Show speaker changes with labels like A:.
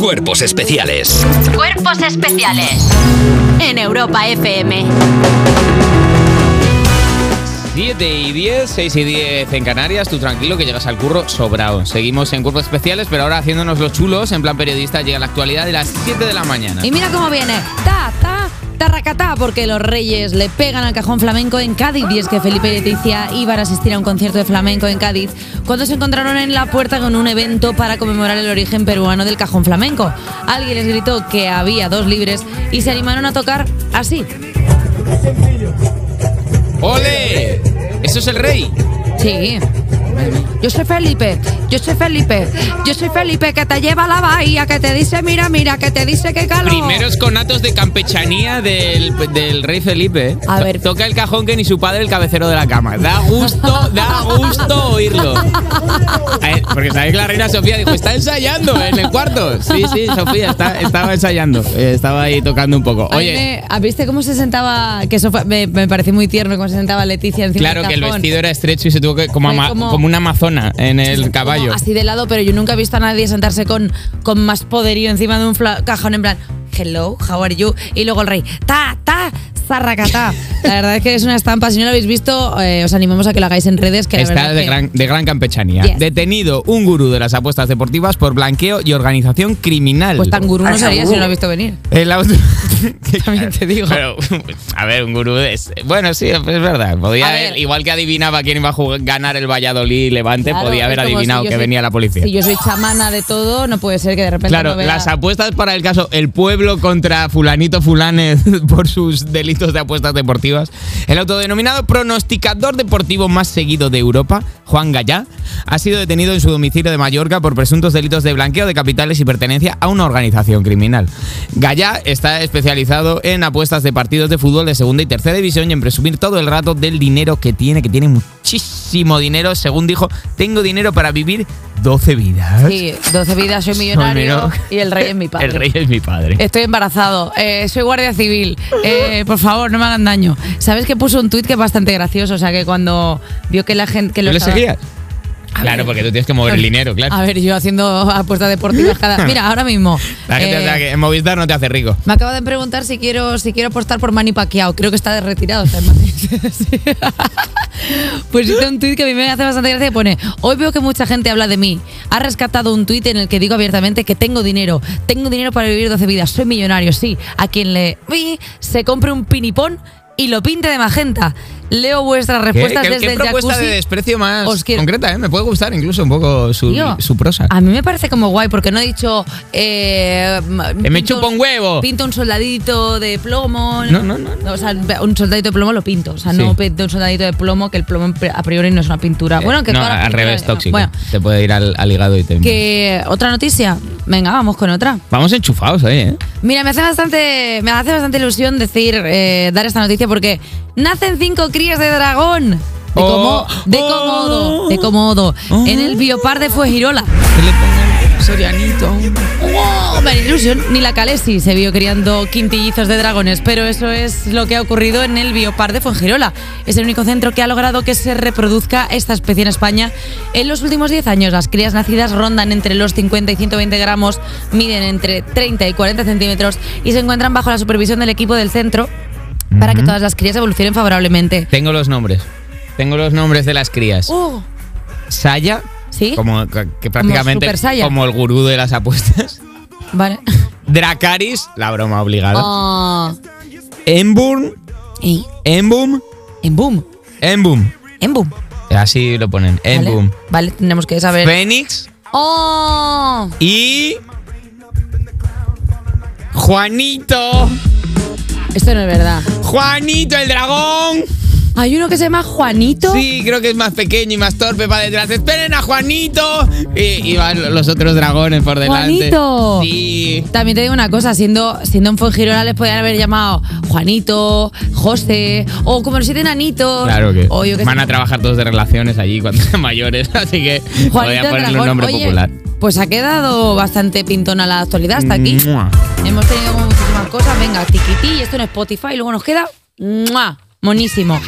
A: Cuerpos especiales.
B: Cuerpos especiales en Europa FM.
C: 7 y 10, 6 y 10 en Canarias, tú tranquilo que llegas al curro sobrado. Seguimos en cursos especiales, pero ahora haciéndonos los chulos, en plan periodista, llega la actualidad de las 7 de la mañana.
D: Y mira cómo viene. Ta, ta, tarracatá, porque los reyes le pegan al cajón flamenco en Cádiz. Y es que Felipe y Leticia iban a asistir a un concierto de flamenco en Cádiz cuando se encontraron en la puerta con un evento para conmemorar el origen peruano del cajón flamenco. Alguien les gritó que había dos libres y se animaron a tocar así.
C: ¡Ole! ¡Eso es el rey!
D: Sí. Yo soy Felipe, yo soy Felipe, yo soy Felipe que te lleva a la bahía, que te dice mira, mira, que te dice que calor.
C: Primeros conatos de campechanía del, del rey Felipe. ¿eh?
D: A
C: To-
D: ver.
C: Toca el cajón que ni su padre el cabecero de la cama. Da gusto, da gusto oírlo. A ver, Porque sabéis que la reina Sofía dijo, está ensayando en el cuarto. Sí, sí, Sofía, está- estaba ensayando. Eh, Estaba ahí tocando un poco.
D: A mí
C: Oye.
D: me- ah, ¿viste cómo se sentaba? Que eso fue- me, me pareció muy tierno cómo se sentaba Leticia encima
C: Claro
D: del
C: que el
D: cajón.
C: vestido era estrecho y se tuvo que como,
D: Fue
C: ama-
D: como-
C: como, una amazona en el caballo.
D: Como así de lado, pero yo nunca he visto a nadie sentarse con, con más poderío encima de un fla- cajón en plan, hello, how are you? Y luego el rey, ta, ta, sarracata. La verdad es que es una estampa. Si no lo habéis visto, eh, os animamos a que lo hagáis en redes. Que la
C: Está
D: verdad
C: de
D: que-
C: gran, de gran campechanía.
D: Yes.
C: Detenido un gurú de las apuestas deportivas por blanqueo y organización criminal.
D: Pues tan gurú no sería si no lo he visto venir.
C: El auto-
D: También te digo.
C: Pero, a ver, un gurú es. Bueno, sí, es verdad. Podía
D: A
C: haber-
D: ver.
C: igual que adivinaba quién iba a jugar- ganar el Valladolid y Levante,
D: Claro,
C: podía haber
D: es como
C: adivinado
D: si yo
C: que
D: soy-
C: venía la policía.
D: Si yo soy chamana de todo, no puede ser que de repente.
C: Claro,
D: no vea-
C: las apuestas para el caso El Pueblo contra Fulanito Fulanes por sus delitos de apuestas deportivas. El autodenominado pronosticador deportivo más seguido de Europa, Juan Gallá, ha sido detenido en su domicilio de Mallorca por presuntos delitos de blanqueo de capitales y pertenencia a una organización criminal. Gallá está especializado en apuestas de partidos de fútbol de segunda y tercera división y en presumir todo el rato del dinero que tiene, que tiene muchísimo dinero. Según dijo, tengo dinero para vivir 12 vidas.
D: Sí, 12 vidas, soy
C: Soy
D: millonario
C: millonario.
D: y el rey es mi padre.
C: El rey es mi padre.
D: Estoy embarazado, eh, soy guardia civil, eh, por favor, no me hagan daño. ¿Sabes que puso un tuit que es bastante gracioso? O sea, que cuando vio que la gente... Que
C: ¿Tú le
D: estaba-
C: seguías?
D: A
C: Claro,
D: ver.
C: porque tú tienes que mover el dinero, claro.
D: A ver, yo haciendo apuestas deportivas cada... Mira, ahora mismo...
C: La gente
D: eh,
C: o sea, que en Movistar no te hace rico.
D: Me acaba de preguntar si quiero, si quiero apostar por Manny Pacquiao. Creo que está de retirado. está en Madrid. Sí. Pues hice un tuit que a mí me hace bastante gracia que pone Hoy veo que mucha gente habla de mí. Ha rescatado un tuit en el que digo abiertamente que tengo dinero. Tengo dinero para vivir 12 vidas. Soy millonario, sí. A quien le... uy, Se compre un pinipón y lo pinte de magenta. Leo vuestras respuestas
C: ¿Qué, qué-
D: desde
C: qué
D: el
C: propuesta
D: jacuzzi.
C: de desprecio más
D: Os quiero-
C: concreta? ¿eh? Me puede gustar incluso un poco su,
D: Tío, ah,
C: su prosa.
D: A mí me parece como guay porque no he dicho. eh,
C: me chupa un huevo.
D: Pinto un soldadito de plomo.
C: No, no, no,
D: O sea, un soldadito de plomo lo pinto. O sea,
C: Sí.
D: no pinto un soldadito de plomo, que el plomo a priori no es una pintura. Bueno, que
C: no,
D: todas las
C: al
D: pinturas-
C: revés, tóxico.
D: Bueno,
C: Te puede ir al, al hígado y te...
D: que. Otra noticia. Venga, vamos con otra.
C: Vamos enchufados ahí, ¿eh?
D: Mira, me hace bastante, me hace bastante ilusión decir, eh, dar esta noticia porque nacen cinco crías de dragón. De,
C: Oh.
D: como, de Comodo, de Comodo,
C: Oh.
D: en el biopar de Fuegirola.
C: Que le pongan sorianito.
D: ¡Wow! Me haría ilusión. Ni la Calesi se vio criando quintillizos de dragones, pero eso es lo que ha ocurrido en el Biopar de Fuengirola. Es el único centro que ha logrado que se reproduzca esta especie en España. En los últimos 10 años, las crías nacidas rondan entre los 50 y 120 gramos, miden entre 30 y 40 centímetros y se encuentran bajo la supervisión del equipo del centro para que todas las crías evolucionen favorablemente.
C: Tengo los nombres. Tengo los nombres de las crías.
D: ¡Oh!
C: Saya,
D: ¿Sí?
C: como que- que prácticamente
D: Super Saya.
C: como el gurú de las apuestas.
D: Vale.
C: Dracaris, la broma obligada.
D: Oh.
C: Emburn,
D: Y
C: Embum,
D: en boom,
C: Embum.
D: en boom.
C: Así lo ponen,
D: ¿vale?
C: Embum.
D: Vale, tenemos que saber.
C: Fénix
D: ¡Oh!
C: y Juanito,
D: Esto no es verdad.
C: Juanito el dragón.
D: Hay uno que se llama Juanito.
C: Sí, creo que es más pequeño y más torpe para detrás. Esperen a Juanito y, y van los otros dragones por delante.
D: Juanito.
C: Sí.
D: También te digo una cosa, siendo, siendo en Fuengirola les podrían haber llamado Juanito, José, o como los siete enanitos.
C: Claro que
D: o yo qué
C: van
D: sé.
C: a trabajar todos de relaciones allí cuando sean mayores, así que podría
D: Juanito el
C: ponerle un
D: dragón.
C: nombre
D: Oye,
C: popular.
D: Pues ha quedado bastante pintona la actualidad hasta aquí.
C: Mua.
D: Hemos tenido como muchísimas cosas. Venga, tiquití, esto en Spotify, luego nos queda. ¡Mua! Monísimo.